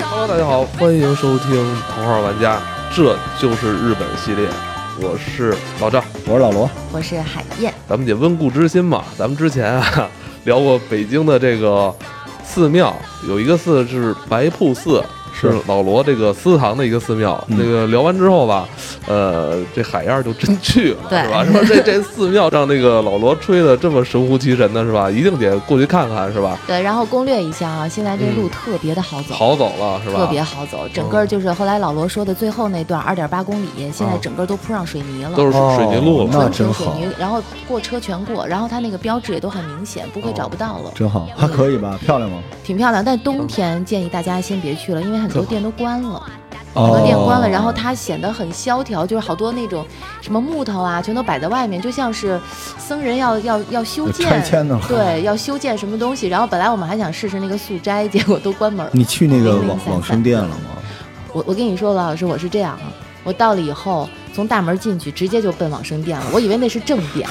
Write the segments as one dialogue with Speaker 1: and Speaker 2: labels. Speaker 1: Hello，大家好，欢迎收听《头号玩家》，这就是日本系列。我是老赵，
Speaker 2: 我是老罗，
Speaker 3: 我是海燕。
Speaker 1: 咱们得温故知新嘛。咱们之前啊聊过北京的这个寺庙，有一个寺是白瀑寺，是
Speaker 2: 是
Speaker 1: 老罗这个私藏的一个寺庙。
Speaker 2: 嗯
Speaker 1: 这个聊完之后吧，呃，这海燕儿就真去了，
Speaker 3: 对
Speaker 1: 是吧？ 说这这寺庙让那个老罗吹的这么神乎其神的，是吧？一定得过去看看，是吧？
Speaker 3: 对，然后攻略一下啊，现在这路
Speaker 1: 嗯
Speaker 3: 特别的好走，
Speaker 1: 逃走了，是吧？
Speaker 3: 特别好走，整个就是后来老罗说的最后那段二点八公里，现在
Speaker 1: 嗯
Speaker 3: 整个都铺上水泥了。
Speaker 1: 都是水水泥路了。
Speaker 2: 哦那
Speaker 3: 纯
Speaker 2: 真
Speaker 3: 水
Speaker 2: 好
Speaker 3: 泥，然后过车全过，然后它那个标志也都很明显，不
Speaker 1: 哦
Speaker 3: 会找不到了，
Speaker 2: 真好，还可以吧？漂亮吗？
Speaker 3: 挺漂亮。但冬天建议大家先别去了，因为很多店都关了，
Speaker 2: 很
Speaker 3: 很多店
Speaker 2: 哦
Speaker 3: 关了，然后它显得很萧条，就是好多那种什么木头啊，全都摆在外面，就像是僧人要要要修建
Speaker 2: 呃拆迁呢
Speaker 3: 对，要修建什么东西。然后本来我们还想试试那个素斋，结果都关门了。
Speaker 2: 你去那个
Speaker 3: 零零
Speaker 2: 网
Speaker 3: 散散
Speaker 2: 网生店了吗？
Speaker 3: 我我跟你说，老老师，我是这样啊，我到了以后，从大门进去，直接就奔往生殿了，我以为那是正 殿，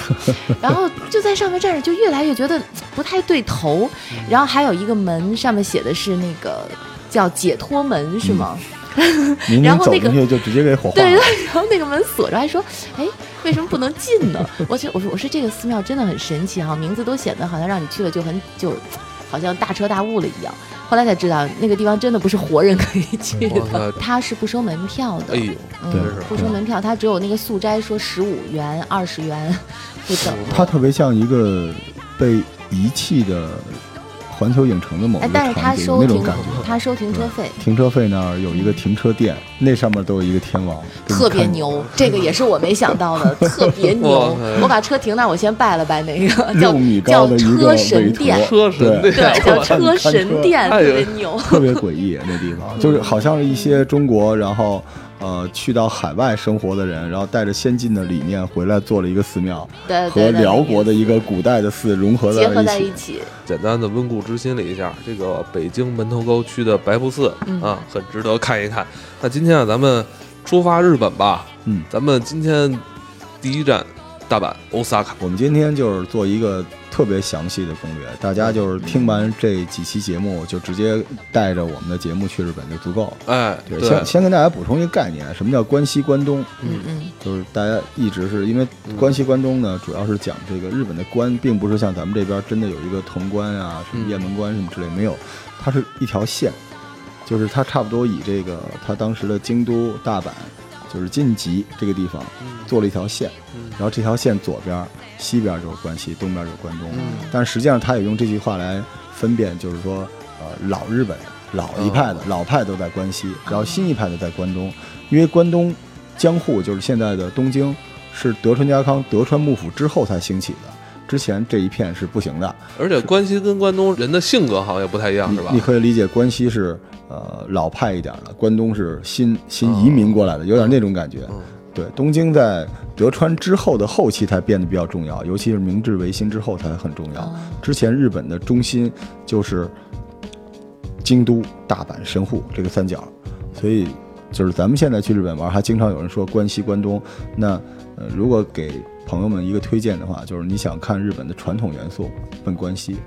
Speaker 3: 然后就在上面站着，就越来越觉得不太对头。然后还有一个门上面写的是那个叫解脱门，是吗？
Speaker 2: 明明
Speaker 3: 然后
Speaker 2: 走
Speaker 3: 那个
Speaker 2: 进去就直接给火化
Speaker 3: 对
Speaker 2: 了
Speaker 3: 对，然后那个门锁着，还说，哎，为什么不能进呢？ 我去，我说我说这个寺庙真的很神奇哈、名字都显得好像让你去了就很就，好像大彻大悟了一样。后来才知道，那个地方真的不是活人可以 去
Speaker 1: 哇
Speaker 3: 的，
Speaker 1: 塞，
Speaker 3: 它是不收门票的。
Speaker 1: 哎呦，
Speaker 3: 嗯
Speaker 2: 哦对
Speaker 3: 不收门票，它只有那个素斋说十五元、二十元不等。
Speaker 1: 嗯
Speaker 2: 它特别像一个被遗弃的环球影城的某一
Speaker 3: 哎
Speaker 2: 个，
Speaker 3: 但是
Speaker 2: 场哦
Speaker 3: 它
Speaker 2: 景，有
Speaker 3: 收
Speaker 2: 那种
Speaker 3: 停
Speaker 2: 感觉。嗯
Speaker 3: 它收停车费，
Speaker 2: 停车费那儿有一个停车店，那上面都有一个天王，给你
Speaker 3: 特别
Speaker 2: 看
Speaker 3: 牛，这个也是我没想 到的，特别牛
Speaker 1: 哇塞。
Speaker 3: 我把车停那儿，我先拜了拜那个
Speaker 2: 六
Speaker 3: 叫
Speaker 2: 米高
Speaker 3: 叫
Speaker 2: 的一个
Speaker 3: 车神
Speaker 2: 委
Speaker 3: 殿，
Speaker 1: 车
Speaker 2: 托
Speaker 1: 神
Speaker 2: 对
Speaker 3: 对，叫车神殿，
Speaker 1: 哎
Speaker 3: 特
Speaker 1: 呦
Speaker 3: 别牛。
Speaker 2: 特别诡异那地方，就是好像是一些中国，然后呃去到海外生活的人，然后带着先进的理念回来做了一个寺庙，
Speaker 3: 呃对
Speaker 2: 和
Speaker 3: 对对，
Speaker 2: 辽国的一个古代的寺融合
Speaker 3: 结合
Speaker 2: 在
Speaker 3: 在
Speaker 2: 一
Speaker 3: 一
Speaker 2: 起。
Speaker 3: 起，
Speaker 1: 简单的温故知新了一下，这个北京门头沟区的白瀑寺、
Speaker 3: 嗯
Speaker 1: 啊，很值得看一看。那今天啊，咱们出发日本吧，
Speaker 2: 嗯，
Speaker 1: 咱们今天第一站大阪 Osaka，
Speaker 2: 我们今天就是做一个特别详细的攻略，大家就是听完这几期节目，就直接带着我们的节目去日本就足够了。
Speaker 1: 哎，
Speaker 2: 对，先先跟大家补充一个概念，什么叫关西关东？
Speaker 3: 嗯嗯，
Speaker 2: 就是大家一直是因为关西关东呢，主要是讲这个日本的关，并不是像咱们这边真的有一个潼关啊、什么雁门关什么之类没有，它是一条线，就是它差不多以这个它当时的京都、大阪，就是晋级这个地方做了一条线，然后这条线左边、西边就是关西，东边就是关东，但实际上他也用这句话来分辨，就是说呃老日本老一派的、老派都在关西，然后新一派的在关东，因为关东江户就是现在的东京，是德川家康、德川幕府之后才兴起的，之前这一片是不行的。
Speaker 1: 而且关西跟关东人的性格好像也不太一样，
Speaker 2: 你
Speaker 1: 是吧？
Speaker 2: 你可以理解关西是呃老派一点的，关东是新新移民过来的，有点那种感觉。
Speaker 1: 嗯
Speaker 2: 对，东京在德川之后的后期才变得比较重要，尤其是明治维新之后才很重要
Speaker 3: 哦。
Speaker 2: 之前日本的中心就是京都、大阪、神户这个三角，所以就是咱们现在去日本玩，还经常有人说关西、关东。那呃，如果给朋友们一个推荐的话，就是你想看日本的传统元素，奔关西。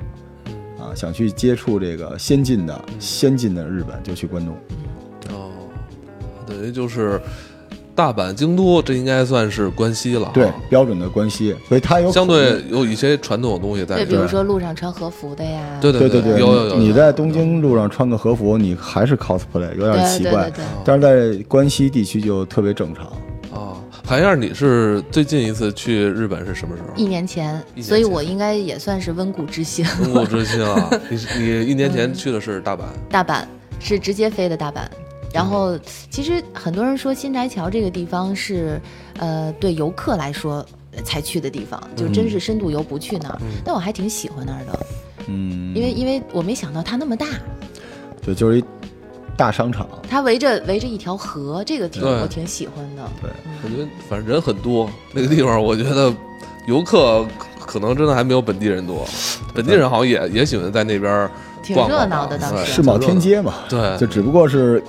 Speaker 2: 啊，想去接触这个先进的、先进的日本，就去关东。
Speaker 1: 哦，等于就是大阪、京都，这应该算是关西了啊，
Speaker 2: 对，标准的关西，所以它有
Speaker 1: 相
Speaker 2: 口音
Speaker 1: 对有一些传统的东西在
Speaker 3: 对，
Speaker 1: 里
Speaker 3: 比
Speaker 1: 边。
Speaker 3: 如说路上穿和服的呀，
Speaker 1: 对
Speaker 2: 对
Speaker 1: 对
Speaker 2: 对，
Speaker 1: 有有有
Speaker 2: 你
Speaker 1: 有
Speaker 2: 你在东京路上穿个和服，你还是 cosplay，有点
Speaker 3: 对
Speaker 2: 奇
Speaker 3: 对
Speaker 2: 怪
Speaker 3: 对。对，
Speaker 2: 但是在关西地区就特别正常。
Speaker 1: 啊，韩燕儿，你是最近一次去日本是什么时候？
Speaker 3: 一年前，
Speaker 1: 一年
Speaker 3: 所以
Speaker 1: 前
Speaker 3: 我应该也算是温故知新。
Speaker 1: 中国之星啊，你是你一年前去的是大阪，
Speaker 3: 大阪是直接飞的大阪。然后，其实很多人说新宅桥这个地方是，呃，对游客来说呃才去的地方，就真是深度游不去那儿。但我还挺喜欢那儿的，
Speaker 2: 嗯，
Speaker 3: 因为因为我没想到它那么大，
Speaker 2: 就就是一大商场，
Speaker 3: 它围着围着一条河，这个挺
Speaker 1: 对
Speaker 3: 我挺喜欢的。
Speaker 2: 对，
Speaker 1: 我觉得反正人很多，那个地方我觉得游客可能真的还没有本地人多，本地人好像也也喜欢在那边儿
Speaker 3: 挺
Speaker 1: 逛逛
Speaker 3: 热闹的
Speaker 1: 吧
Speaker 3: 当时
Speaker 1: 对
Speaker 2: 世贸天街嘛，
Speaker 1: 挺热闹的
Speaker 2: 就
Speaker 1: 对，
Speaker 2: 只不过是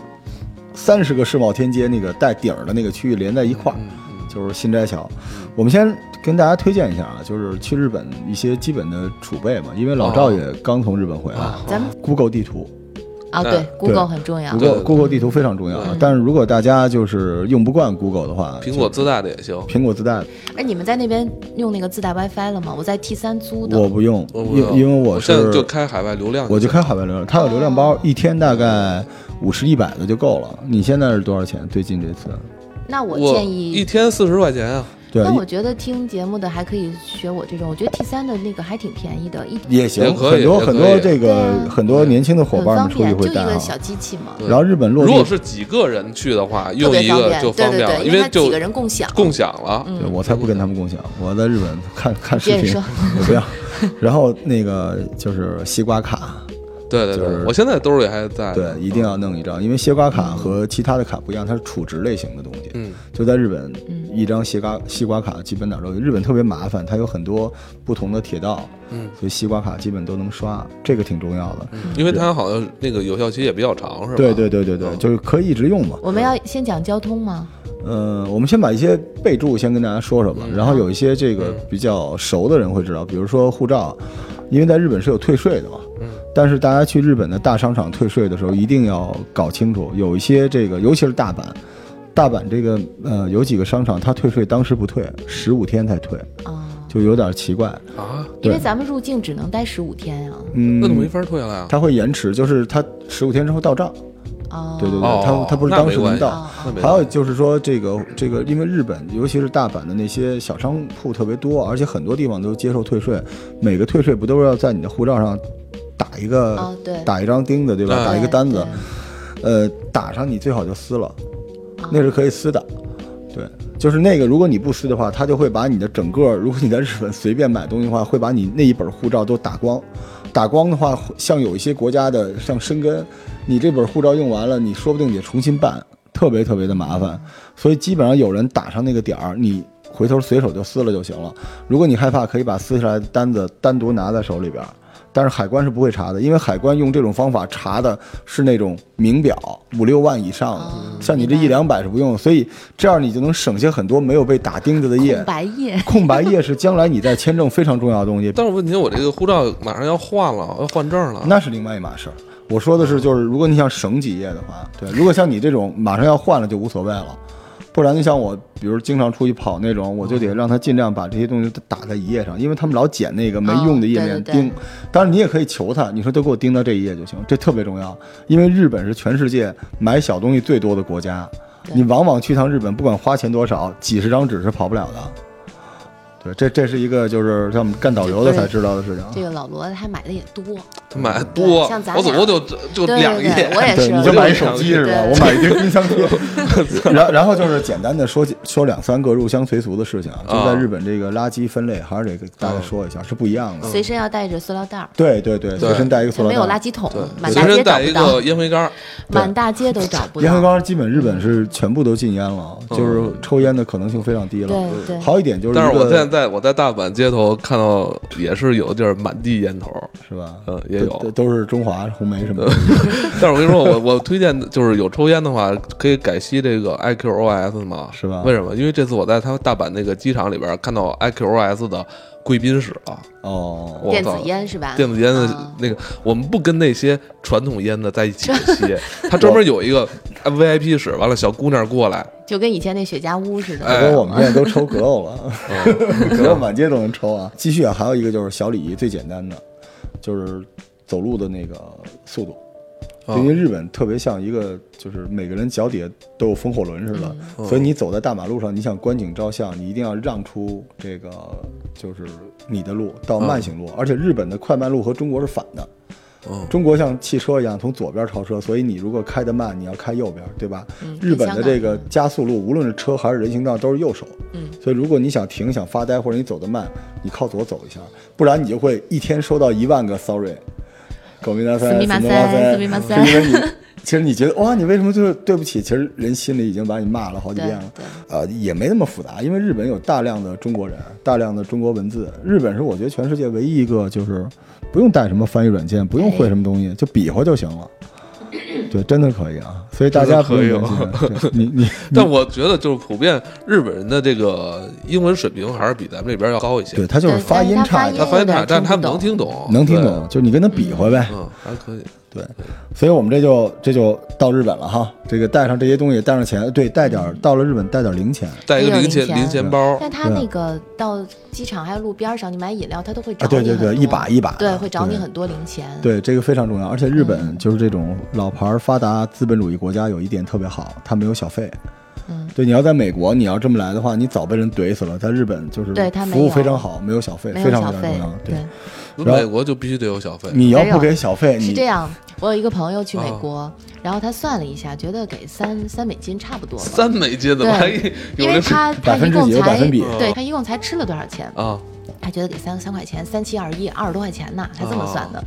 Speaker 2: 三十个世贸天街那个带顶儿的那个区域连在一块儿，
Speaker 1: 嗯嗯
Speaker 2: 就是新斋桥。
Speaker 1: 嗯
Speaker 2: 我们先跟大家推荐一下啊，就是去日本一些基本的储备嘛，因为老赵也刚从日本回来。
Speaker 1: 哦啊
Speaker 3: 咱们
Speaker 2: Google 地图
Speaker 3: 啊，
Speaker 1: 对
Speaker 3: 对
Speaker 1: 对
Speaker 3: ，Google 很重要。
Speaker 1: 对啊对嗯
Speaker 2: ，Google Google 地图非常重要啊
Speaker 3: 对。
Speaker 2: 但是如果大家就是用不惯 Google 的话，
Speaker 1: 苹果
Speaker 2: 就
Speaker 1: 自带的也行。
Speaker 2: 苹果自带的，
Speaker 3: 哎，你们在那边用那个自带 WiFi 了吗？我在 T 三租的。
Speaker 2: 我不用，
Speaker 1: 我
Speaker 2: 因因为
Speaker 1: 我
Speaker 2: 是
Speaker 1: 现在就哦开海外流量行，
Speaker 2: 我就开海外流量，它有流量包，一天大概五十一百的就够了。你现在是多少钱？最近这次？
Speaker 3: 那我
Speaker 1: 我
Speaker 3: 建
Speaker 1: 一
Speaker 3: 议，
Speaker 1: 天四十块钱啊，
Speaker 2: 对
Speaker 3: 那，我觉得听节目的还可以学我这种，我觉得 T 三的那个还挺便宜的，一
Speaker 2: 也行，
Speaker 1: 也可
Speaker 2: 很
Speaker 1: 以
Speaker 2: 多
Speaker 1: 也啊
Speaker 2: 很
Speaker 1: 可
Speaker 2: 多
Speaker 1: 以
Speaker 2: 这个
Speaker 3: 对
Speaker 2: 很多年轻的伙
Speaker 3: 很
Speaker 2: 伴
Speaker 3: 方
Speaker 2: 们出去
Speaker 3: 便，就
Speaker 2: 会
Speaker 3: 一
Speaker 2: 带
Speaker 3: 个
Speaker 2: 啊。
Speaker 3: 小机器嘛，
Speaker 1: 对
Speaker 2: 然后日本落
Speaker 1: 如果
Speaker 2: 地，
Speaker 1: 是几个人去的话，
Speaker 3: 特
Speaker 1: 用
Speaker 3: 别
Speaker 1: 一
Speaker 3: 方
Speaker 1: 个
Speaker 3: 便。
Speaker 1: 就
Speaker 3: 对
Speaker 1: 方
Speaker 3: 对
Speaker 1: 便了，
Speaker 3: 对，
Speaker 1: 因
Speaker 3: 为它
Speaker 1: 为
Speaker 3: 几
Speaker 1: 就
Speaker 3: 个人共享。
Speaker 1: 共享了。
Speaker 3: 嗯
Speaker 2: 对我才不跟他们共享。我在日 本看看视
Speaker 3: 接着
Speaker 2: 频
Speaker 3: 说，
Speaker 2: 我不要。然后那个就是西瓜卡，
Speaker 1: 对对
Speaker 2: 就是
Speaker 1: 对，我现在兜里还在。
Speaker 2: 对，一定要弄一
Speaker 1: 嗯
Speaker 2: 张，因为西瓜卡和其他的卡不一样，它是储值类型的东西。
Speaker 1: 嗯，
Speaker 2: 就在日本
Speaker 3: 嗯，
Speaker 2: 一张西瓜西瓜卡基本打周。日本特别麻烦，它有很多不同的铁道，
Speaker 1: 嗯，
Speaker 2: 所以西瓜卡基本都能刷，这个挺重要的。
Speaker 3: 嗯
Speaker 1: 因为它好像那个有效期也比较长，是吧？
Speaker 2: 对对对对对，
Speaker 1: 嗯
Speaker 2: 就是可以一直用嘛。
Speaker 3: 我们要先讲交通吗？
Speaker 2: 呃，我们先把一些备注先跟大家说说吧，
Speaker 1: 嗯
Speaker 2: 然后有一些这个比较熟的人会知道，比如说护照，因为在日本是有退税的嘛。
Speaker 1: 嗯。
Speaker 2: 但是大家去日本的大商场退税的时候，一定要搞清楚，有一些这个，尤其是大阪，大阪这个呃有几个商场它退税当时不退，十五天才退，
Speaker 3: 啊，
Speaker 2: 就有点奇怪。
Speaker 1: 啊，
Speaker 3: 因为
Speaker 2: 对
Speaker 3: 咱们入境只能待十五天啊呀。
Speaker 2: 嗯，
Speaker 1: 那就没法退啊了呀。
Speaker 2: 它会延迟，就是它十五天之后到账。
Speaker 3: 哦，
Speaker 2: 对对对，
Speaker 1: 哦
Speaker 2: 它它不是
Speaker 1: 那
Speaker 2: 当
Speaker 1: 没
Speaker 2: 时
Speaker 1: 关
Speaker 2: 能
Speaker 1: 系
Speaker 2: 到。
Speaker 3: 哦
Speaker 1: 那没
Speaker 2: 还有
Speaker 1: 办法
Speaker 2: 就是说，这个这个，因为日本尤其是大阪的那些小商铺特别多，而且很多地方都接受退税，每个退税不都是要在你的护照上打一个、
Speaker 3: 哦对
Speaker 2: 打一张钉子对吧？
Speaker 1: 嗯
Speaker 2: 打一个
Speaker 3: 对
Speaker 2: 单子，
Speaker 3: 对
Speaker 2: 呃，打上你最好就撕了，
Speaker 3: 哦
Speaker 2: 那是可以撕的。对，就是那个，如果你不撕的话，他就会把你的整个，如果你在日本随便买东西的话，会把你那一本护照都打光。打光的话，像有一些国家的，像申根，你这本护照用完了，你说不定得重新办，特别特别的麻烦。所以基本上有人打上那个点儿，你回头随手就撕了就行了。如果你害怕，可以把撕下来的单子单独拿在手里边儿。但是海关是不会查的，因为海关用这种方法查的是那种名表五六万以上的
Speaker 3: 哦，
Speaker 2: 像你这一
Speaker 3: 明白
Speaker 2: 两百是不用，所以这样你就能省下很多没有被打钉子的页
Speaker 3: 空。白页。
Speaker 2: 空白页是将来你在签证非常重要的东西，
Speaker 1: 但是问题，我这个护照马上要换了，要换证
Speaker 3: 嗯
Speaker 1: 了。
Speaker 2: 那是另外一码事儿。我说的是，就是如果你想省几页的话，对，如果像你这种马上要换了就无所谓了，不然就像我，比如经常出去跑那种，我就得让他尽量把这些东西都打在一页上，因为他们老捡那个没用的页面
Speaker 3: 哦对对对
Speaker 2: 钉。当然你也可以求他，你说都给我钉到这一页就行，这特别重要，因为日本是全世界买小东西最多的国家，
Speaker 3: 对
Speaker 2: 你往往去趟日本，不管花钱多少，几十张纸是跑不了的。对，这这是一个就是像我们干导游的才知道的事情啊。
Speaker 3: 这个老罗他买的也多，
Speaker 1: 他买的多
Speaker 3: 对像咱，俩
Speaker 1: 我总共就就
Speaker 3: 对
Speaker 1: 两
Speaker 3: 对
Speaker 1: 页
Speaker 3: 对，，我也
Speaker 2: 对，
Speaker 3: 是，
Speaker 2: 你
Speaker 3: 我
Speaker 2: 就
Speaker 3: 也
Speaker 2: 买一
Speaker 3: 是
Speaker 2: 手机是吧
Speaker 3: 对？
Speaker 2: 我买一堆冰箱贴。然然后就是简单的说几说两三个入乡随俗的事情啊，就在日本这个垃圾分类还是得给大
Speaker 1: 嗯
Speaker 2: 家说一下，是不一样的。
Speaker 3: 随身要带着塑料袋儿，
Speaker 2: 对对对，随身带嗯一个塑
Speaker 3: 就没
Speaker 2: 料
Speaker 3: 有
Speaker 2: 袋
Speaker 3: 垃。圾桶，满
Speaker 1: 对，随
Speaker 3: 大街
Speaker 1: 身
Speaker 3: 找
Speaker 1: 带一
Speaker 3: 不到
Speaker 1: 个，烟灰缸，
Speaker 3: 满大街都找不
Speaker 2: 烟灰
Speaker 3: 到。
Speaker 2: 缸基本日本
Speaker 1: 嗯
Speaker 2: 是全部都禁烟了，啊就是抽烟的可能性非常低了。
Speaker 3: 对对，
Speaker 2: 好一点就是
Speaker 1: 但
Speaker 2: 一
Speaker 1: 是我现在
Speaker 2: 个
Speaker 1: 在我在大阪街头看到也是有的地儿满地烟头，
Speaker 2: 是吧？
Speaker 1: 嗯，也
Speaker 2: 都
Speaker 1: 有
Speaker 2: 都。都是中华红梅什么的。
Speaker 1: 但是我跟你说，我我推荐就是有抽烟的话，可以改吸这个 IQOS 嘛，
Speaker 2: 是吧
Speaker 1: 为什么？因为这次我在他大阪那个机场里边看到 IQOS 的贵宾室了，
Speaker 2: 哦，
Speaker 1: 我
Speaker 3: 电
Speaker 1: 操
Speaker 3: 子烟是吧？
Speaker 1: 电子烟的
Speaker 3: 啊
Speaker 1: 那个，我们不跟那些传统烟的在一起 吸，他专门有一个 VIP 室，完了小姑娘过来，
Speaker 3: 就跟以前那雪茄屋似的。
Speaker 1: 哎
Speaker 2: 不过我们现在都抽格欧了，格欧满街都能抽啊。继续啊，还有一个就是小礼仪，最简单的，就是走路的那个速度。
Speaker 1: 啊
Speaker 2: 对于日本特别像一个，就是每个人脚底下都有风火轮似的，
Speaker 1: 嗯
Speaker 2: 所以你走在大马路上，你想观景照相，你一定要让出这个就是你的路到慢行路，而且日本的快慢路和中国是反的。
Speaker 1: 嗯
Speaker 2: 中国像汽车一样从左边超车，所以你如果开得慢，你要开右边，对吧？日本的这个加速路，无论是车还是人行道，都是右手。
Speaker 3: 嗯，
Speaker 2: 所以如果你想停、想发呆或者你走得慢，你靠左走一下，不然你就会一天收到一万个 sorry。狗咪大塞，
Speaker 3: すみません
Speaker 2: すみま
Speaker 3: すみません
Speaker 2: 是因为你，其实你觉得哇，你为什么就是对不起？其实人心里已经把你骂了好几
Speaker 3: 对
Speaker 2: 遍了。
Speaker 3: 对，
Speaker 2: 呃，也没那么复杂，因为日本有大量的中国人，大量的中国文字。日本是我觉得全世界唯一一个就是不用带什么翻译软件，不用会什么东西，就比划就行了。对，真的可以啊。所以大家不
Speaker 1: 真
Speaker 2: 用
Speaker 1: 的可以
Speaker 2: 担心。对你你，
Speaker 1: 但我觉得就是普遍日本人的这个英文水平还是比咱们这边要高一些。
Speaker 2: 对他就是
Speaker 3: 对
Speaker 2: 发
Speaker 3: 但是
Speaker 2: 音
Speaker 3: 他
Speaker 2: 差一
Speaker 1: 他
Speaker 2: 点
Speaker 3: 发音，
Speaker 1: 发音
Speaker 3: 有
Speaker 1: 差，
Speaker 3: 点
Speaker 1: 但是他们
Speaker 3: 听不
Speaker 1: 能
Speaker 3: 懂
Speaker 1: 听懂，
Speaker 2: 能听
Speaker 1: 对
Speaker 2: 懂，就是你跟他比划呗。
Speaker 1: 嗯，还可以。
Speaker 2: 对，所以我们这就这就到日本了哈。这个带上这些东西，带上钱，对，带点儿
Speaker 3: 嗯
Speaker 2: 到了日本带点儿零钱
Speaker 1: 带一个
Speaker 3: 有
Speaker 1: 零
Speaker 3: 零
Speaker 1: 钱
Speaker 3: 钱
Speaker 1: 零钱包，
Speaker 3: 但他那个到机场还有路边上，你买饮料，他都会找
Speaker 2: 啊，
Speaker 3: 你
Speaker 2: 对
Speaker 3: 很多、
Speaker 2: 对对，一把一把的，
Speaker 3: 对，会找你很多嗯零钱。
Speaker 2: 对，这个非常重要，而且日本就是这种老牌儿发达资本主义国家，有一点特别好，它没有小费。
Speaker 3: 嗯，
Speaker 2: 对，你要在美国，你要这么来的话，你早被人怼死了。在日本就是
Speaker 3: 对它没
Speaker 2: 服务
Speaker 3: 有
Speaker 2: 非常好，没有小费，
Speaker 3: 没
Speaker 2: 非
Speaker 3: 有
Speaker 2: 常
Speaker 3: 小
Speaker 2: 非常重
Speaker 3: 费
Speaker 2: 要。，
Speaker 3: 对，
Speaker 2: 然后
Speaker 1: 美国就必须得有小费。
Speaker 2: 你要
Speaker 3: 没
Speaker 2: 不
Speaker 3: 有
Speaker 2: 给小费，你
Speaker 3: 是这样。我有一个朋友去美
Speaker 1: 嗯哦
Speaker 3: 国，然后他算了一下，觉得给三三美金差不多了，
Speaker 1: 三美金怎么
Speaker 3: 对
Speaker 1: 还 有啊哦
Speaker 3: 因
Speaker 1: 人
Speaker 3: 为他他
Speaker 2: 百分
Speaker 3: 一
Speaker 2: 之
Speaker 3: 共
Speaker 2: 几有
Speaker 3: 才
Speaker 2: 百分比，
Speaker 3: 对他一共才吃了多少钱？
Speaker 1: 啊？
Speaker 2: 嗯
Speaker 3: 他觉得给三三块钱，三七二十一，二十多块钱呢，他这么算
Speaker 1: 哦
Speaker 3: 的。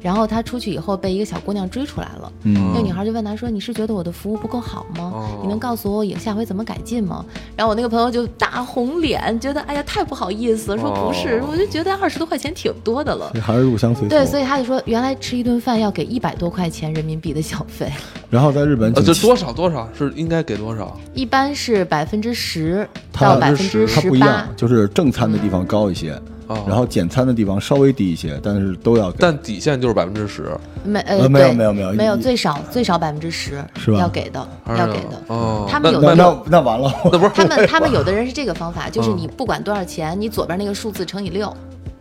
Speaker 3: 然后他出去以后被一个小姑娘追出来了，
Speaker 2: 嗯
Speaker 3: 那个女孩就问他说：“你是觉得我的服务不够好吗？
Speaker 1: 哦
Speaker 3: 你能告诉我以下回怎么改进吗？”然后我那个朋友就大红脸，觉得哎呀太不好意思了，说不是，
Speaker 1: 哦
Speaker 3: 我就觉得二十多块钱挺多的了。
Speaker 2: 这还是入乡随俗。
Speaker 3: 对，所以他就说，原来吃一顿饭要给一百多块钱人民币的小费，
Speaker 2: 然后在日本
Speaker 1: 呃，
Speaker 2: 景
Speaker 1: 这
Speaker 2: 气，
Speaker 1: 多少多少是应该给多少？
Speaker 3: 一般是百分之十
Speaker 2: 它
Speaker 3: 到百分之
Speaker 2: 它
Speaker 3: 十
Speaker 2: 不一
Speaker 3: 八
Speaker 2: 样，，就是正餐的地方高一些，
Speaker 1: 哦
Speaker 2: 然后简餐的地方稍微低一些，但是都要给。
Speaker 1: 但底线就是百分之十，
Speaker 3: 没呃
Speaker 2: 呃没有
Speaker 3: 对
Speaker 2: 没有没有
Speaker 3: 没有
Speaker 2: 一
Speaker 3: 最少最少百分之十
Speaker 2: 是吧
Speaker 3: 要给的
Speaker 1: 还是
Speaker 3: 要给的。
Speaker 1: 哦，
Speaker 3: 他们
Speaker 1: 那那
Speaker 2: 那
Speaker 3: 有
Speaker 2: 那那完了，
Speaker 1: 那不是
Speaker 3: 他们他们有的人是这个方法，就是
Speaker 1: 嗯
Speaker 3: 你不管多少钱，你左边那个数字乘以六，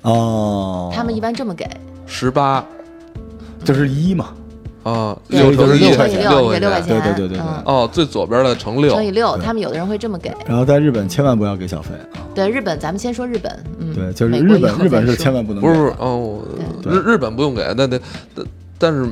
Speaker 2: 哦，
Speaker 3: 他们一般这么给。
Speaker 1: 十八
Speaker 2: 就是一嘛，
Speaker 1: 啊，
Speaker 3: 对
Speaker 2: 六
Speaker 1: 乘
Speaker 2: 乘
Speaker 1: 以
Speaker 2: 以六
Speaker 1: 块
Speaker 2: 块钱
Speaker 1: 六
Speaker 3: 乘以六块钱
Speaker 2: 对对对对对
Speaker 3: 嗯
Speaker 1: 哦，最左边的乘六
Speaker 3: 乘以六，
Speaker 2: 对
Speaker 3: 他们有的人会这么给。
Speaker 2: 然后在日本千万不要给小费啊，
Speaker 3: 对日本，咱们先说日本，嗯，
Speaker 2: 对，就是
Speaker 3: 美国
Speaker 2: 日
Speaker 3: 以
Speaker 2: 本
Speaker 3: 后
Speaker 2: 日本
Speaker 3: 再
Speaker 2: 是
Speaker 3: 说
Speaker 2: 千万不能
Speaker 1: 不是不
Speaker 2: 给
Speaker 1: 是哦，
Speaker 2: 对
Speaker 1: 日日本不用给，那得但但是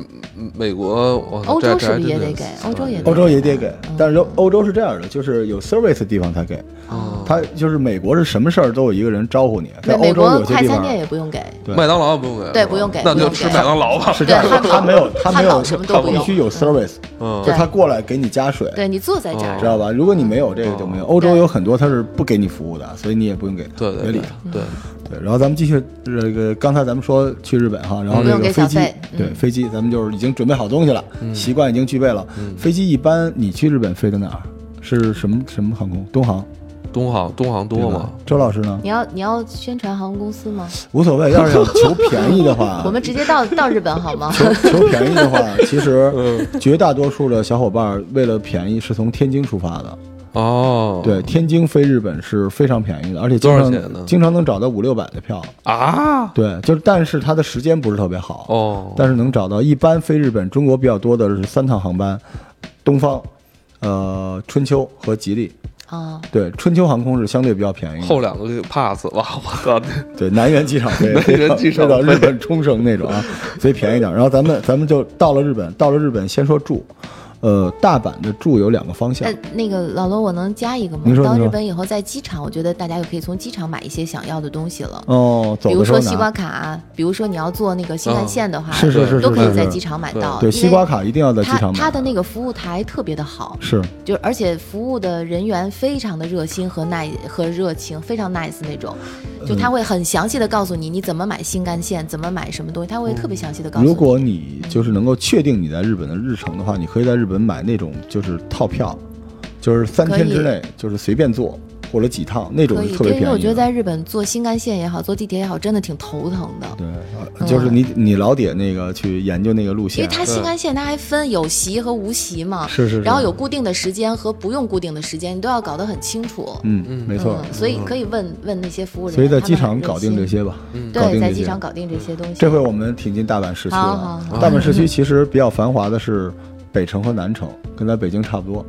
Speaker 1: 美国我
Speaker 3: 欧洲
Speaker 1: 这
Speaker 3: 是不是
Speaker 1: 这
Speaker 3: 也
Speaker 1: 还真
Speaker 3: 得给欧洲也
Speaker 2: 欧洲也得
Speaker 3: 得
Speaker 2: 给，但是欧洲是这样的，就是有 service 的地方才给，
Speaker 1: 哦
Speaker 2: 他就是美国是什么事儿都有一个人招呼你，在
Speaker 3: 美
Speaker 2: 欧
Speaker 3: 美
Speaker 2: 洲
Speaker 3: 国
Speaker 2: 有些
Speaker 3: 快
Speaker 2: 地
Speaker 3: 餐
Speaker 2: 方
Speaker 3: 店也不用给，
Speaker 2: 对
Speaker 1: 麦当劳也不用给，
Speaker 3: 对
Speaker 1: 是吧
Speaker 3: 不用给
Speaker 1: 那
Speaker 3: 不
Speaker 1: 就
Speaker 3: 用
Speaker 1: 吃
Speaker 3: 给
Speaker 1: 麦当劳吧，
Speaker 2: 是这样，
Speaker 3: 对汉堡
Speaker 2: 他没有他没
Speaker 3: 汉
Speaker 2: 有
Speaker 3: 堡什么都不
Speaker 2: 必
Speaker 3: 用
Speaker 2: 须有
Speaker 3: 嗯
Speaker 2: service，
Speaker 1: 嗯
Speaker 2: 就他过来给你加水，
Speaker 3: 对你坐在这
Speaker 1: 哦
Speaker 3: 儿
Speaker 2: 知，道吧？如果你没有这个就没有，欧洲
Speaker 3: 对
Speaker 2: 有很多他是不给你服务的，所以你也不用给，
Speaker 1: 对
Speaker 2: 别
Speaker 1: 对
Speaker 2: 理
Speaker 1: 对
Speaker 2: 他。
Speaker 1: 对，
Speaker 2: 对，然后咱们继续这个，刚才咱们说去日本哈，然后
Speaker 3: 不
Speaker 2: 这
Speaker 3: 用
Speaker 2: 个
Speaker 3: 给
Speaker 2: 飞
Speaker 3: 小
Speaker 2: 机，
Speaker 3: 费嗯
Speaker 2: 对飞机，咱们就是已经准备好东西了，习惯已经具备了。飞机一般你去日本飞的哪儿？是什么什么航空？东航
Speaker 1: 东航东航多
Speaker 2: 对
Speaker 1: 吗
Speaker 2: 吧？？周老师呢
Speaker 3: 你？要你要宣传航空公司吗？
Speaker 2: 无所 谓，要是想求便宜的话
Speaker 3: 我，们直接到到日本好 吗？
Speaker 2: 求 求便宜的话，其实绝大多数的小伙伴儿为了便宜是从天津出发的。
Speaker 1: 哦，
Speaker 2: 对，天津飞日本是非常便宜的，而且经
Speaker 1: 多少钱呢
Speaker 2: 常经常能找到五六百的票。
Speaker 1: 啊，
Speaker 2: 对，就是但是它的时间不是特别好。
Speaker 1: 哦，
Speaker 2: 但是能找到。一般飞日本，中国比较多的是三趟航班：东方、呃春秋和吉利。
Speaker 3: 啊，
Speaker 2: 对，春秋航空是相对比较便宜的。
Speaker 1: 后两个给 pass 吧， 我靠，
Speaker 2: 对，南园机场飞，
Speaker 1: 南园机场
Speaker 2: 飞到
Speaker 1: 飞
Speaker 2: 日本冲绳那 种啊，所以便宜点儿。然后咱们咱们就到了日本，到了日本先说住，呃，大阪的住有两个方向
Speaker 3: 那，那个老罗，我能加一个吗
Speaker 2: 您？说
Speaker 3: 到
Speaker 2: 您说
Speaker 3: 日本以后，在机场，我觉得大家就可以从机场买一些想要的东西了，
Speaker 2: 哦，
Speaker 3: 呃
Speaker 2: 走
Speaker 3: 比如
Speaker 2: 的时
Speaker 3: 说
Speaker 2: 候
Speaker 3: 西瓜
Speaker 2: 拿。
Speaker 3: 卡，比如说你要坐那个新干线的话，
Speaker 2: 是是是是
Speaker 3: 都可以
Speaker 2: 是
Speaker 3: 在机场买到。
Speaker 2: 对，
Speaker 3: 啊因为
Speaker 2: 西瓜卡一定要在机
Speaker 3: 它
Speaker 2: 场买。
Speaker 3: 它的那个服务台特别的好，
Speaker 2: 是
Speaker 3: 就而且服务的人员非常的热心和耐和热情，非常 nice 那种，就他会很详细的告诉你你怎么买新干线，怎么买什么东西，他会特别详细的告诉
Speaker 2: 嗯
Speaker 3: 你。
Speaker 2: 如果你就是能够确定你在日本的日程的话，你可以在日本买那种就是套票，就是三天之内就是随便坐或者几趟那种
Speaker 3: 可
Speaker 2: 是
Speaker 3: 以，
Speaker 2: 特别
Speaker 3: 对，因
Speaker 2: 便宜的。
Speaker 3: 为我觉得在日本坐新干线也好，坐地铁也好，真的挺头疼的。
Speaker 2: 对，呃就是你你老得那个去研究那个路
Speaker 3: 嗯因
Speaker 2: 线
Speaker 3: 为，它新干线它还分有席和无席嘛，
Speaker 2: 啊是是是
Speaker 3: 然后有固定的时间和不用固定的时间，你都要搞得很清楚。
Speaker 2: 嗯，没错。
Speaker 3: 嗯，所以可以问问那些服务人
Speaker 2: 所以
Speaker 3: 员，
Speaker 2: 在
Speaker 3: 他
Speaker 2: 机
Speaker 3: 们很
Speaker 2: 场
Speaker 3: 热
Speaker 2: 搞定
Speaker 3: 心
Speaker 2: 这，些吧，搞
Speaker 3: 对，
Speaker 2: 定
Speaker 3: 在
Speaker 2: 这
Speaker 3: 机
Speaker 2: 些
Speaker 3: 场。搞定这些东西
Speaker 2: 这。回我们挺进大阪市区
Speaker 3: 好
Speaker 2: 了啊
Speaker 3: 好，好
Speaker 2: 大阪市区其实比较繁华的是北城和南城，跟咱北京差不多。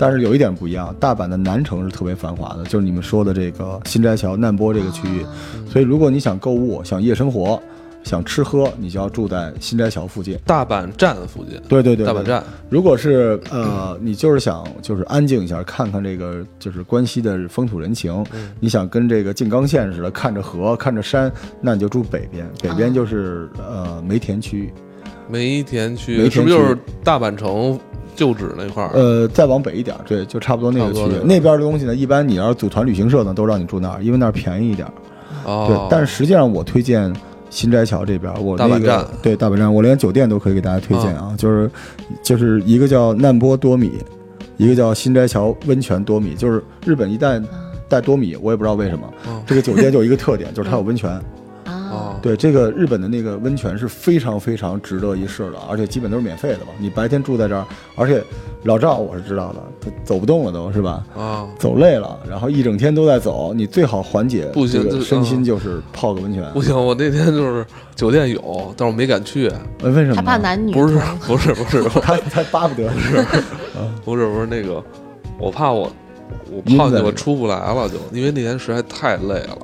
Speaker 2: 但是有一点不一样，大阪的南城是特别繁华的，就是你们说的这个新斋桥、难波这个区域。
Speaker 3: 啊
Speaker 2: 所以，如果你想购物、想夜生活、想吃喝，你就要住在新斋桥附近。
Speaker 1: 大阪站附近，
Speaker 2: 对对对，
Speaker 1: 大
Speaker 2: 对
Speaker 1: 阪站。
Speaker 2: 如果是呃，你就是想就是安静一下，看看这个就是关西的风土人情，
Speaker 1: 嗯
Speaker 2: 你想跟这个静冈县似的，看着河，看着山，那你就住北
Speaker 1: 啊
Speaker 2: 边，北边就是、呃梅田区，
Speaker 1: 梅田
Speaker 2: 梅
Speaker 1: 区
Speaker 2: 田区
Speaker 1: 是不是就是大阪城旧址那块儿？
Speaker 2: 呃，再往北一点，对，就差不多那个区
Speaker 1: 啊差不多
Speaker 2: 域
Speaker 1: 那。个
Speaker 2: 那边的东西呢，一般你要是组团旅行社呢，都让你住那儿，因为那儿便宜一点。对
Speaker 1: 哦，，
Speaker 2: 但是实际上我推荐新斋桥这边，我
Speaker 1: 大阪
Speaker 2: 那
Speaker 1: 站哦
Speaker 2: 个对大阪站，我连酒店都可以给大家推荐啊，就是就是一个叫难波多米，一个叫新斋桥温泉多米，就是日本一旦带多米，我也不知道为什么，
Speaker 1: 哦
Speaker 2: 这个酒店就有一个特点，就是它有温泉。
Speaker 1: 哦，
Speaker 3: 啊，
Speaker 2: 对，这个日本的那个温泉是非常非常值得一试的，而且基本都是免费的吧。你白天住在这儿，而且老赵我是知道的，他走不动了都是吧？
Speaker 1: 啊，
Speaker 2: 走累了，然后一整天都在走，你最好缓解
Speaker 1: 不行
Speaker 2: 这
Speaker 1: 这
Speaker 2: 个身心
Speaker 1: 嗯
Speaker 2: 就是泡个温泉。
Speaker 1: 不行，我那天就是酒店有，但是我没敢去，
Speaker 2: 呃为什么呢？
Speaker 3: 害怕男女
Speaker 1: 不是
Speaker 2: 嗯
Speaker 3: 同
Speaker 1: 不是不是
Speaker 2: 他他巴不得是
Speaker 1: 不是不是那个，我怕我我
Speaker 2: 晕
Speaker 1: 泡进
Speaker 2: 在
Speaker 1: 去我
Speaker 2: 里
Speaker 1: 出不来了就，因为那天实在太累了。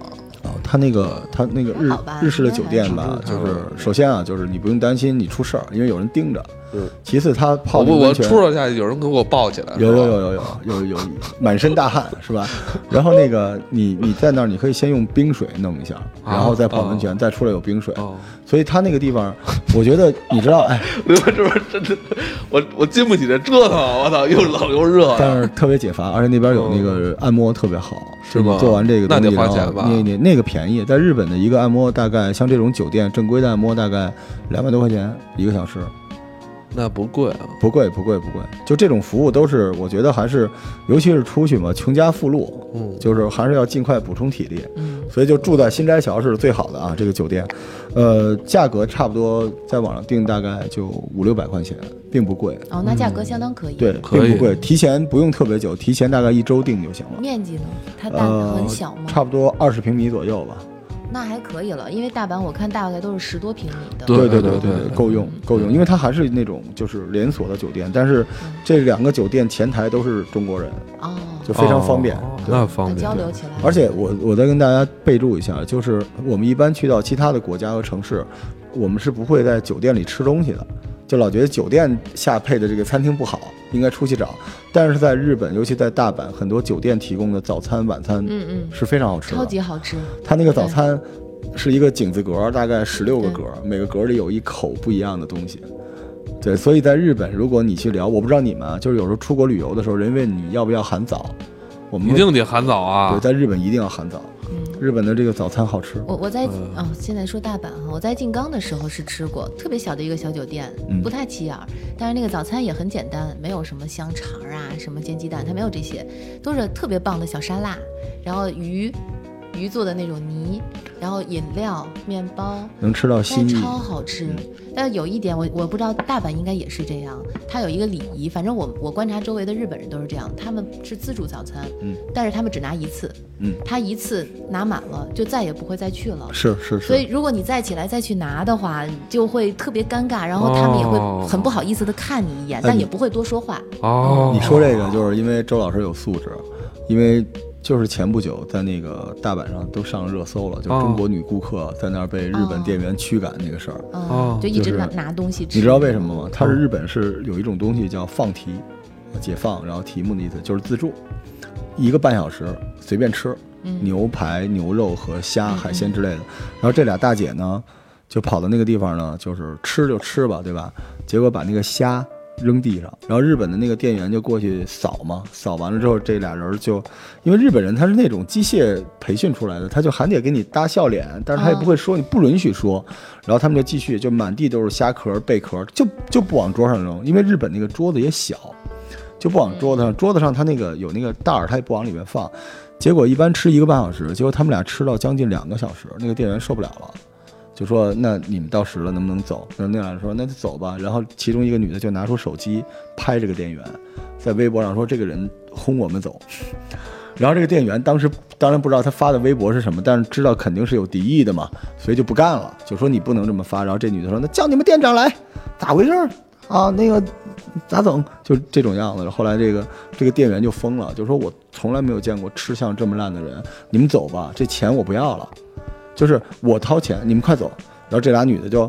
Speaker 2: 哦，他那个他那个日
Speaker 3: 还好吧
Speaker 2: 日式的酒店吧，
Speaker 1: 应该还
Speaker 2: 就
Speaker 1: 好
Speaker 2: 是首先啊，就是你不用担心你出事儿，因为有人盯着。
Speaker 1: 嗯
Speaker 2: 其次，他泡
Speaker 1: 我
Speaker 2: 那
Speaker 1: 不
Speaker 2: 个
Speaker 1: 我
Speaker 2: 温泉
Speaker 1: 出了下去，有人给我抱起来，
Speaker 2: 有有
Speaker 1: 是吧
Speaker 2: 有有有有有满身大汗是吧？然后那个你你在那儿，你可以先用冰水弄一下，然后再泡温泉，再出来有冰水。
Speaker 1: 哦，
Speaker 2: 所以他那个地方，我觉得你知道，哎，
Speaker 1: 刘文这边真的，我我经不起这折腾，啊我操，又冷又热啊的。
Speaker 2: 但是特别解乏，而且那边有那个按摩特别好，
Speaker 1: 嗯是吗
Speaker 2: 你做完这个东
Speaker 1: 那
Speaker 2: 西，
Speaker 1: 得花
Speaker 2: 然后
Speaker 1: 钱吧
Speaker 2: 那那那个便宜，在日本的一个按摩大概像这种酒店正规的按摩大概两百多块钱一个小时，
Speaker 1: 那不贵啊，
Speaker 2: 不贵不贵不贵。就这种服务都是我觉得还是，尤其是出去嘛，穷家富路，
Speaker 1: 嗯，
Speaker 2: 就是还是要尽快补充体力。
Speaker 3: 嗯，
Speaker 2: 所以就住在新斋桥是最好的啊，这个酒店，呃，价格差不多在网上订大概就五六百块钱，并不贵，
Speaker 3: 哦，那价格相当可以。
Speaker 2: 对，，
Speaker 1: 可以
Speaker 2: 并不贵，提前不用特别久，提前大概一周订就行了，
Speaker 3: 面积呢？它大
Speaker 2: 呃，
Speaker 3: 很小吗？
Speaker 2: 差不多二十平米左右吧，
Speaker 3: 那还可以了，因为大阪我看大概都是十多平米的。
Speaker 1: 对
Speaker 2: 对
Speaker 1: 对
Speaker 2: 对
Speaker 1: 对对嗯
Speaker 2: 够用够用，因为它还是那种就是连锁的酒店，但是
Speaker 3: 嗯
Speaker 2: 这两个酒店前台都是中国人，
Speaker 3: 哦，
Speaker 2: 就非常方便，
Speaker 1: 哦
Speaker 2: 对
Speaker 1: 那方
Speaker 3: 那交
Speaker 1: 便。
Speaker 3: 流起来。
Speaker 2: 而且我我再跟大家备注一下，就是我们一般去到其他的国家和城市，我们是不会在酒店里吃东西的，就老觉得酒店下配的这个餐厅不好，应该出去找。但是在日本，尤其在大阪，很多酒店提供的早餐、晚餐
Speaker 3: 嗯嗯，
Speaker 2: 是非常好吃
Speaker 3: 超
Speaker 2: 的。
Speaker 3: 级好吃。
Speaker 2: 它那个早餐
Speaker 3: 嗯
Speaker 2: 是一个井字格，大概十六个格，每个格里有一口不一样的东西。对，所以在日本，如果你去聊，我不知道你们啊，就是有时候出国旅游的时候，人问你要不要含早，我们
Speaker 1: 一
Speaker 2: 会
Speaker 1: 定得喊早啊
Speaker 2: 对，！在日本一定要含早。
Speaker 3: 嗯，
Speaker 2: 日本的这个早餐好吃，
Speaker 3: 我我在
Speaker 1: 嗯
Speaker 3: 哦，现在说大阪哈，我在静冈的时候是吃过，特别小的一个小酒店
Speaker 2: 嗯，
Speaker 3: 不太起眼儿，但是那个早餐也很简单，没有什么香肠啊，什么煎鸡蛋，它没有这些，都是特别棒的小沙拉，然后鱼。鱼做的那种泥，然后饮料、面包，
Speaker 2: 能吃到心
Speaker 3: 但
Speaker 2: 意。
Speaker 3: 超好吃。但有一点我我不知道，大阪应该也是这样，它有一个礼仪，反正我我观察周围的日本人都是这样，他们是自助早餐，
Speaker 2: 嗯，
Speaker 3: 但是他们只拿一次，
Speaker 2: 嗯，
Speaker 3: 他一次拿满了就再也不会再去了。
Speaker 2: 是是
Speaker 3: 所以
Speaker 2: 是，
Speaker 3: 如果你再起来再去拿的话，你就会特别尴尬，然后他们也
Speaker 1: 哦
Speaker 3: 会很不好意思的看你一眼，
Speaker 2: 哎
Speaker 3: 但
Speaker 2: 你
Speaker 3: 也不会多说话。
Speaker 1: 哦，
Speaker 2: 你说这个就是因为周老师有素质，因为就是前不久在那个大阪上都上热搜了，就
Speaker 1: 哦
Speaker 2: 中国女顾客在那儿被日
Speaker 3: 哦
Speaker 2: 本店员驱赶那个事儿。
Speaker 3: 嗯，
Speaker 1: 哦
Speaker 3: 就一直
Speaker 2: 就是
Speaker 3: 拿拿东西吃。
Speaker 2: 你知道为什么吗？它是日本是有一种东西叫放题，解放，然后题目的意思就是自助，一个半小时随便吃，牛排、牛肉和虾、海鲜之类的。然后这俩大姐呢，就跑到那个地方呢，就是吃就吃吧，对吧？结果把那个虾扔地上，然后日本的那个店员就过去扫嘛，扫完了之后，这俩人就，因为日本人他是那种机械培训出来的，他就还得给你搭笑脸，但是他也不会说，你不允许说。然后他们就继续，就满地都是虾壳、贝壳，就就不往桌上扔，因为日本那个桌子也小，就不往桌子上，桌子上他那个有那个袋儿，他也不往里面放。结果一般吃一个半小时，结果他们俩吃到将近两个小时，那个店员受不了了。就说那你们到时了，能不能走？那那俩人说那就走吧。然后其中一个女的就拿出手机拍这个店员，在微博上说这个人轰我们走。然后这个店员当时当然不知道他发的微博是什么，但是知道肯定是有敌意的嘛，所以就不干了，就说你不能这么发。然后这女的说那叫你们店长来，咋回事儿啊？那个咋整？就这种样子。然后后来这个这个店员就疯了，就说我从来没有见过吃相这么烂的人，你们走吧，这钱我不要了。就是我掏钱，你们快走。然后这俩女的就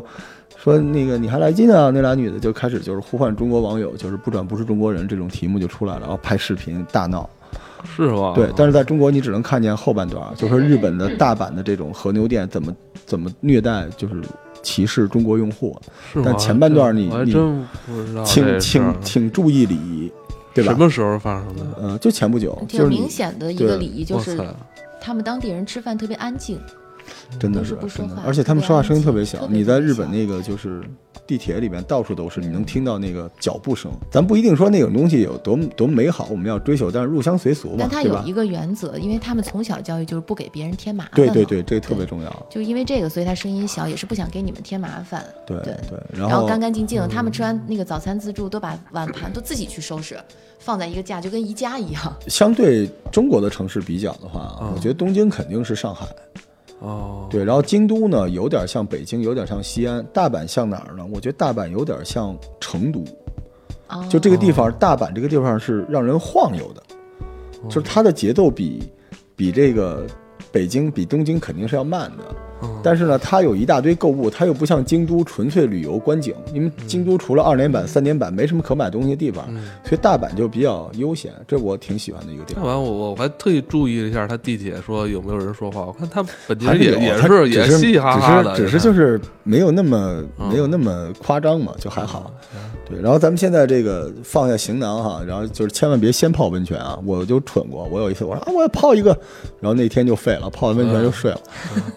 Speaker 2: 说那个你还来劲啊？那俩女的就开始就是呼唤中国网友，就是不转不是中国人这种题目就出来了，然后拍视频大闹。
Speaker 1: 是吗？
Speaker 2: 对，但是在中国你只能看见后半段，就说日本的大阪的这种和牛店怎么怎么虐待，就是歧视中国用户，
Speaker 1: 是吗
Speaker 2: 但前半段你
Speaker 1: 我还
Speaker 2: 你
Speaker 1: 真不知道这事
Speaker 2: 请
Speaker 1: 儿，
Speaker 2: 请请注意礼仪，对吧
Speaker 1: 什？么时候发生的？
Speaker 2: 呃，就前不久，就
Speaker 3: 嗯挺
Speaker 2: 是你
Speaker 3: 明显的一个
Speaker 2: 对
Speaker 3: 礼仪，就
Speaker 1: 哇
Speaker 3: 是
Speaker 1: 塞！
Speaker 3: 他们当地人吃饭特别安静，
Speaker 2: 真的
Speaker 3: 都
Speaker 2: 是
Speaker 3: 是不说
Speaker 2: 真的
Speaker 3: 话，
Speaker 2: 而且他们说话声音特别
Speaker 3: 特
Speaker 2: 小。
Speaker 3: 别
Speaker 2: 你在日本
Speaker 3: 小
Speaker 2: 那个就是地铁里边到处都是，你能听到那个脚步声。咱不一定说那种东西有多么多么美好，我们要追求，但是入乡随俗嘛，
Speaker 3: 但他
Speaker 2: 对
Speaker 3: 有
Speaker 2: 吧
Speaker 3: 一？个原则，因为他们从小教育就是不给别人添麻烦。
Speaker 2: 对对对，，这个特别重要。
Speaker 3: 就是因为这个，所以他声音小，也是不想给你们添麻烦。
Speaker 2: 对
Speaker 3: 对
Speaker 2: 对，
Speaker 3: 然
Speaker 2: 然后嗯
Speaker 3: 干干净净的，他们吃完那个早餐自助，都把碗盘都自己去收拾，放在一个架，就跟宜家一样。
Speaker 2: 相对中国的城市比较的话啊，
Speaker 1: 嗯
Speaker 2: 我觉得东京肯定是上海。
Speaker 1: 哦，
Speaker 2: 对，然后京都呢，有点像北京，有点像西安，大阪像哪儿呢？我觉得大阪有点像成都，
Speaker 3: 啊，
Speaker 2: 就这个地方，大阪这个地方是让人晃悠的，就是它的节奏比比这个北京、比东京肯定是要慢的。
Speaker 1: 嗯
Speaker 2: 但是呢，它有一大堆购物，它又不像京都纯粹旅游观景，因为京都除了二年版、三年版没什么可买东西的地方，
Speaker 1: 嗯
Speaker 2: 所以大阪就比较悠闲，这我挺喜欢的一个地
Speaker 1: 看
Speaker 2: 方。
Speaker 1: 完我我我还特意注意了一下他地铁说有没有人说话，我看他本地
Speaker 2: 还
Speaker 1: 人也
Speaker 2: 有
Speaker 1: 也
Speaker 2: 它
Speaker 1: 是
Speaker 2: 只
Speaker 1: 也
Speaker 2: 是
Speaker 1: 嘻嘻哈哈的，嗯
Speaker 2: 只是只是就是没有那么没有那么夸张嘛，就还好。对，然后咱们现在这个放下行囊哈，然后就是千万别先泡温泉啊！我就蠢过，我有一次我说啊，我要泡一个，然后那天就废了，泡完温
Speaker 1: 嗯
Speaker 2: 泉就睡了，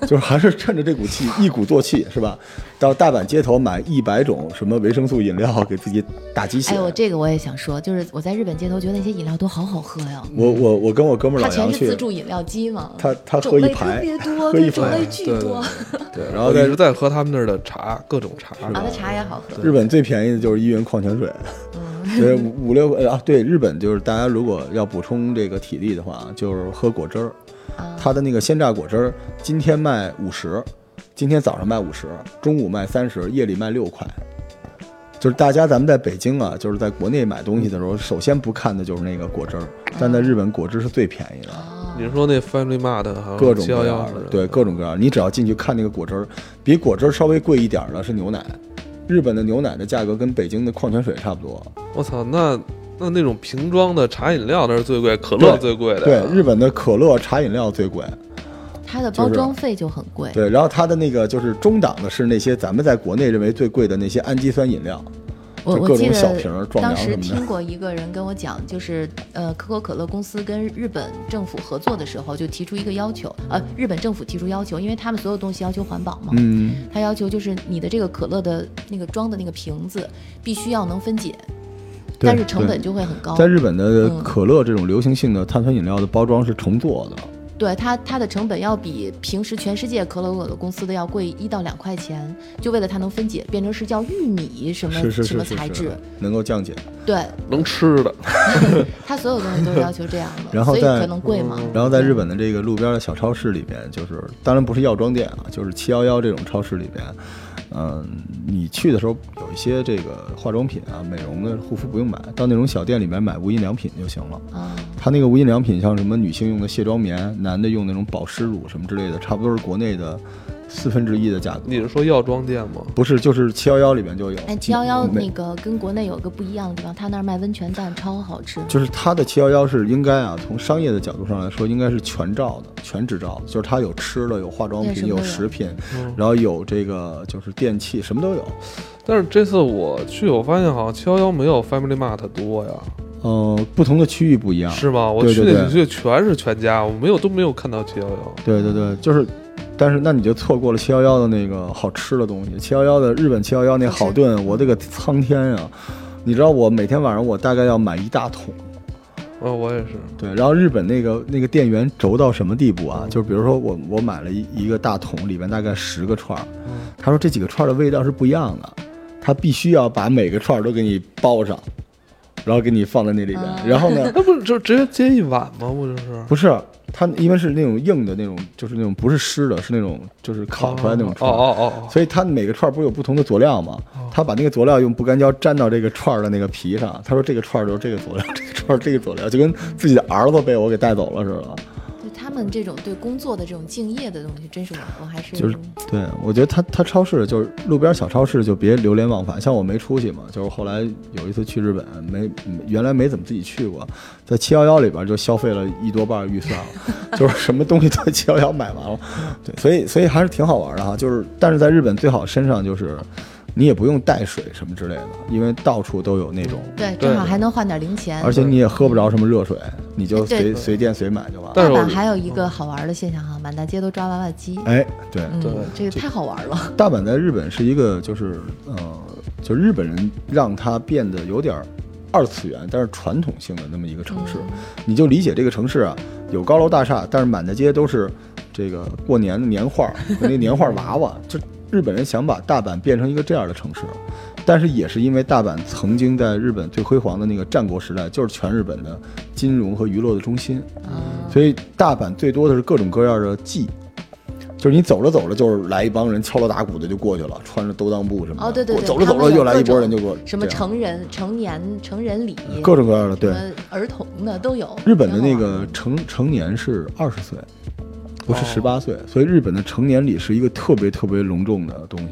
Speaker 2: 就是还是趁着这股气一鼓作气是吧？到大阪街头买一百种什么维生素饮料给自己打鸡血。
Speaker 3: 哎，我这个我也想说，就是我在日本街头觉得那些饮料都好好喝呀。
Speaker 2: 我我我跟我哥们儿
Speaker 3: 它
Speaker 2: 老杨
Speaker 3: 全是
Speaker 2: 去
Speaker 3: 自，助饮料机嘛，
Speaker 2: 他他
Speaker 3: 种
Speaker 2: 喝一
Speaker 3: 类特
Speaker 2: 排
Speaker 3: 别，多，
Speaker 2: 喝一
Speaker 3: 对，种
Speaker 2: 排
Speaker 3: 类巨
Speaker 1: 啊对对
Speaker 3: 多。
Speaker 2: 对，然
Speaker 1: 然
Speaker 2: 后
Speaker 1: 后
Speaker 2: 在
Speaker 1: 一直在喝他们那儿的茶，各种茶，
Speaker 3: 啊，它茶也好喝。
Speaker 2: 日本最便宜的就是一元矿泉水，对，五五六呃啊，对，日本就是大家如果要补充这个体力的话，啊就是喝果汁儿，
Speaker 3: 啊
Speaker 2: 它的那个鲜榨果汁儿，今天卖五十，今天早上卖五十，中午卖三十，夜里卖六块。就是大家咱们在北京啊，就是在国内买东西的时候，首先不看的就是那个果汁儿，但在日本果汁是最便宜的。
Speaker 3: 啊
Speaker 1: 你是说那 Family Mart 还有
Speaker 2: 各种
Speaker 1: 七幺
Speaker 2: 各
Speaker 1: 幺
Speaker 2: 样的，对，各种各样的。你只要进去看那个果汁儿，比果汁儿稍微贵一点儿的是牛奶。日本的牛奶的价格跟北京的矿泉水差不多。
Speaker 1: 我操，那那那种瓶装的茶饮料那是最贵，可乐
Speaker 2: 对
Speaker 1: 最贵的，
Speaker 2: 对，日本的可乐、茶饮料最贵。
Speaker 3: 它的
Speaker 2: 就
Speaker 3: 包
Speaker 2: 是
Speaker 3: 装费就很贵。
Speaker 2: 对，然后它的那个就是中档的是那些咱们在国内认为最贵的那些氨基酸饮料。嗯
Speaker 3: 我
Speaker 2: 就
Speaker 3: 我
Speaker 2: 各
Speaker 3: 记
Speaker 2: 种
Speaker 3: 得
Speaker 2: 小瓶儿壮
Speaker 3: 当
Speaker 2: 阳
Speaker 3: 时
Speaker 2: 什么的
Speaker 3: 听过一个人跟我讲，就是呃，可口可乐公司跟日本政府合作的时候，就提出一个要求，呃，日本政府提出要求，因为他们所有东西要求环保嘛，
Speaker 2: 嗯，
Speaker 3: 他要求就是你的这个可乐的那个装的那个瓶子必须要能分解，
Speaker 2: 对
Speaker 3: 但是成
Speaker 2: 对
Speaker 3: 本就会很高。
Speaker 2: 在日本的
Speaker 3: 嗯
Speaker 2: 可乐这种流行性的碳酸饮料的包装是重做的。
Speaker 3: 对它，它的成本要比平时全世界可口可乐公司的要贵一到两块钱，就为了它能分解变成是叫玉米什么
Speaker 2: 是是
Speaker 3: 什
Speaker 2: 是
Speaker 3: 么
Speaker 2: 是
Speaker 3: 材质
Speaker 2: 是，，能够降解。
Speaker 3: 对，
Speaker 1: 能吃的，
Speaker 3: 它所有东西都是要求这样的，
Speaker 2: 然后
Speaker 3: 所以
Speaker 2: 在
Speaker 3: 可能贵嘛。
Speaker 2: 然后在日本的这个路边的小超市里边，就是当然不是药妆店啊，就是七幺幺这种超市里边，嗯，你去的时候有一些这个化妆品啊、美容的护肤不用买，到那种小店里面买无印良品就行了。
Speaker 3: 啊，
Speaker 2: 它那个无印良品像什么女性用的卸妆棉，男的用那种保湿乳什么之类的，差不多是国内的四分之一的价格。
Speaker 1: 你是说药妆店吗？
Speaker 2: 不是，就是七幺幺里边就有。
Speaker 3: 哎，七幺幺
Speaker 2: 美
Speaker 3: 那个跟国内有个不一样的地方，它那儿卖温泉蛋超好吃。
Speaker 2: 就是它的七幺幺是应该啊，从商业的角度上来说，应该是全罩的、全执照的，就是它有吃的、有化妆
Speaker 3: 对
Speaker 2: 品、
Speaker 3: 什么都
Speaker 2: 有
Speaker 3: 有
Speaker 2: 食品
Speaker 1: 嗯，
Speaker 2: 然后有这个就是电器，什么都有。
Speaker 1: 但是这次我去，我发现好像七幺幺没有 Family Mart 多呀，
Speaker 2: 呃，不同的区域不一样。
Speaker 1: 是吗？我
Speaker 2: 啊对
Speaker 1: 去
Speaker 2: 对
Speaker 1: 那
Speaker 2: 对
Speaker 1: 几去全是全家，我没有都没有看到七幺幺。
Speaker 2: 对对对，就是，但是那你就错过了七幺幺的那个好吃的东西。七幺幺的日本七幺幺那好炖，我的个苍天呀！你知道我每天晚上我大概要买一大桶。
Speaker 1: 啊，我也是，
Speaker 2: 对，然后日本那个那个店员轴到什么地步
Speaker 1: 嗯
Speaker 2: 啊？就是比如说我我买了一一个大桶，里面大概十个串儿，
Speaker 1: 嗯
Speaker 2: 他说这几个串儿的味道是不一样的，他必须要把每个串儿都给你包上，然后给你放在那里边。
Speaker 1: 嗯
Speaker 3: 啊
Speaker 2: 然后呢，
Speaker 1: 那不是就直接接一碗吗？不就是？
Speaker 2: 不是他因为是那种硬的那种，就是那种不是湿的，是那种就是烤出来那种
Speaker 1: 哦
Speaker 2: 串儿。
Speaker 1: 哦哦
Speaker 2: 所以它每个串儿不是有不同的佐料吗？他把那个佐料用不干胶粘到这个串儿的那个皮上，他说这个串儿就是这个佐料，这个串儿这个佐料，就跟自己的儿子被我给带走了似的。
Speaker 3: 就他们这种对工作的这种敬业的东西，真是我我还是
Speaker 2: 就是对，我觉得他他超市就是路边小超市就别流连忘返。像我没出息嘛，就是后来有一次去日本，没没原来没怎么自己去过，在七幺幺里边就消费了一多半预算了， 就是什么东西都在七幺幺买完了。对，所以所以还是挺好玩的哈。就是但是在日本最好身上就是你也不用带水什么之类的，因为到处都有那种，
Speaker 3: 对，
Speaker 1: 对
Speaker 3: 正好还能换点零钱
Speaker 2: 而。且你也喝不着什么热水，你就
Speaker 3: 嗯对
Speaker 2: 随随便随买就完
Speaker 1: 但
Speaker 2: 了。
Speaker 3: 大
Speaker 1: 是我
Speaker 3: 阪还有一个好玩的现象哈，满大街都抓娃娃机。
Speaker 2: 哎，对，
Speaker 1: 对
Speaker 3: 嗯，这个太好玩了。
Speaker 2: 大阪在日本是一个就是呃，就日本人让它变得有点儿二次元，但是传统性的那么一个城市。你就理解这个城市啊，有高楼大厦，但是满大街都是这个过年的年画儿和那年画娃娃。就日本人想把大阪变成一个这样的城市，但是也是因为大阪曾经在日本最辉煌的那个战国时代，就是全日本的金融和娱乐的中心。
Speaker 3: 嗯，
Speaker 2: 所以大阪最多的是各种各样的妓，就是你走着走着，就是来一帮人敲锣打鼓的就过去了，穿着兜裆布什么的。
Speaker 3: 哦对对对
Speaker 2: 走着走
Speaker 3: 他们
Speaker 2: 着
Speaker 3: 有
Speaker 2: 又来一波
Speaker 3: 各
Speaker 2: 人
Speaker 3: 种
Speaker 2: 就过。
Speaker 3: 什么
Speaker 2: 这样
Speaker 3: 成人、成年、成人礼，
Speaker 2: 各种各样的
Speaker 3: 什
Speaker 2: 对。
Speaker 3: 么儿童的都有。
Speaker 2: 日本的那
Speaker 3: 挺好玩
Speaker 2: 个成成年是二十岁，不
Speaker 3: 哦
Speaker 2: 是十八岁，所以日本的成年礼是一个特别特别隆重的东西。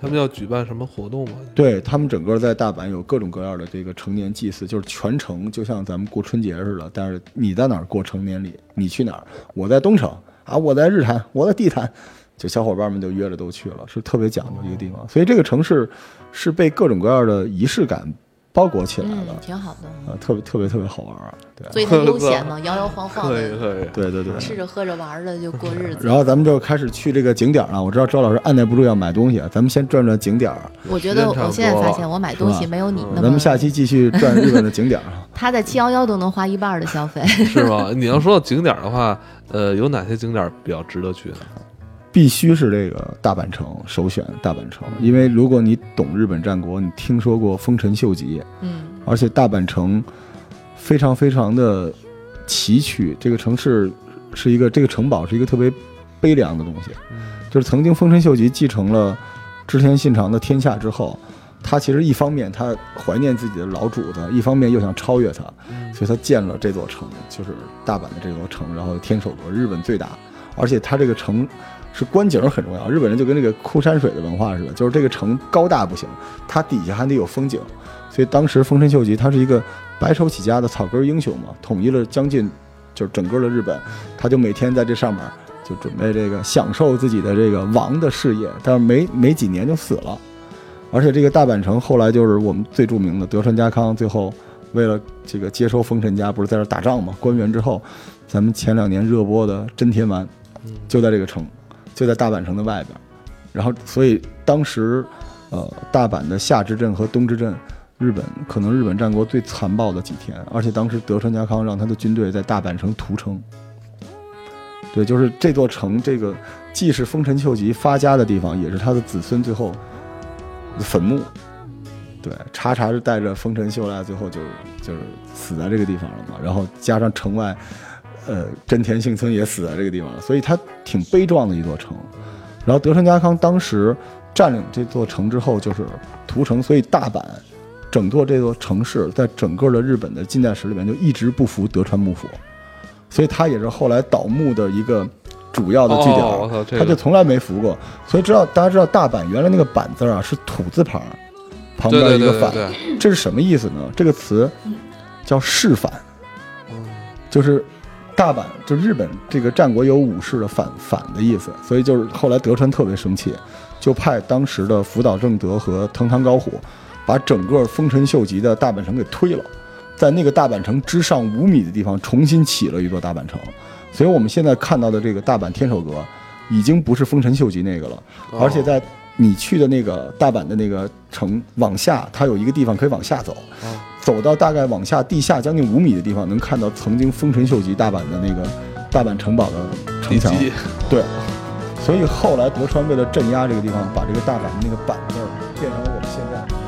Speaker 1: 他们要举办什么活动吗？
Speaker 2: 对他们整个在大阪有各种各样的这个成年祭祀，就是全城就像咱们过春节似的，但是你在哪儿过成年礼，你去哪儿？我在东城啊，我在日坛，我在地坛，就小伙伴们就约着都去了，是特别讲究一个地方。所以这个城市是被各种各样的仪式感包裹起来
Speaker 3: 嗯，
Speaker 2: 了，
Speaker 3: 挺好的。
Speaker 2: 啊，特别特别特别好玩儿。啊
Speaker 3: 所
Speaker 2: 对，
Speaker 3: 以它悠 闲嘛，摇摇晃晃
Speaker 1: 可以
Speaker 3: 的，
Speaker 1: 可以，
Speaker 2: 对对对。
Speaker 3: 吃着喝着玩儿的就过日子。
Speaker 2: 然后咱们就开始去这个景点儿了。我知道周老师按耐不住要买东西，啊咱们先转转景点儿。
Speaker 3: 我觉得
Speaker 1: 时间差不多
Speaker 3: 我现在发现，我买东
Speaker 2: 是
Speaker 3: 西
Speaker 2: 吧嗯
Speaker 3: 没有你那
Speaker 2: 咱
Speaker 3: 么
Speaker 2: 们，下期继续转日本的景点儿啊。
Speaker 3: 他在七幺幺都能花一半儿的消费。
Speaker 1: 是吗？你要说到景点儿的话，呃，有哪些景点儿比较值得去呢？
Speaker 2: 必须是这个大阪城首选，大阪城，因为如果你懂日本战国，你听说过丰臣秀吉，
Speaker 3: 嗯，
Speaker 2: 而且大阪城非常非常的崎岖，这个城市是一个这个城堡是一个特别悲凉的东西，就是曾经丰臣秀吉继承了织田信长的天下之后，他其实一方面他怀念自己的老主子，一方面又想超越他，所以他建了这座城，就是大阪的这座城，然后天守国，日本最大，而且它这个城。是观景很重要，日本人就跟这个枯山水的文化似的，就是这个城高大不行，它底下还得有风景，所以当时丰臣秀吉他是一个白手起家的草根英雄嘛，统一了将近就是整个的日本，他就每天在这上面就准备这个享受自己的这个王的事业，但是没没几年就死了。而且这个大阪城后来就是我们最著名的德川家康，最后为了这个接收丰臣家，不是在这打仗嘛？官员之后，咱们前两年热播的《真田丸》，就在这个城，就在大阪城的外边。然后，所以当时，呃，大阪的夏之阵和冬之阵，日本可能日本战国最残暴的几天，而且当时德川家康让他的军队在大阪城屠城。对，就是这座城，这个既是丰臣秀吉发家的地方，也是他的子孙最后的坟墓。对，茶茶是带着丰臣秀赖，最后就就是死在这个地方了嘛。然后加上城外，呃，真田幸村也死在这个地方了，所以它挺悲壮的一座城。然后德川家康当时占领这座城之后，就是屠城，所以大阪整座这座城市在整个的日本的近代史里面就一直不服德川幕府，所以它也是后来倒幕的一个主要的据点。
Speaker 1: 哦我操，这
Speaker 2: 他就
Speaker 1: 个
Speaker 2: 从来没服过。所以知道大家知道大阪原来那个板字儿啊是土字旁，旁
Speaker 1: 对对
Speaker 2: 边一
Speaker 1: 对
Speaker 2: 个
Speaker 1: 对
Speaker 2: 反，
Speaker 1: 对，
Speaker 2: 这是什么意思呢？这个词叫弑反，
Speaker 1: 嗯
Speaker 2: 就是大阪就日本这个战国有武士的反反的意思，所以就是后来德川特别生气，就派当时的福岛正德和藤堂高虎把整个丰臣秀吉的大阪城给推了。在那个大阪城之上五米的地方，重新起了一座大阪城，所以我们现在看到的这个大阪天守阁，已经不是丰臣秀吉那个了，
Speaker 1: 哦
Speaker 2: 而且在你去的那个大阪的那个城往下，它有一个地方可以往下走，走到大概往下地下将近五米的地方，能看到曾经丰臣秀吉大阪的那个大阪城堡的城
Speaker 1: 地
Speaker 2: 墙。
Speaker 1: 基
Speaker 2: 对，所以后来德川为了镇压这个地方，把这个大阪的那个板字儿变成了我们现在。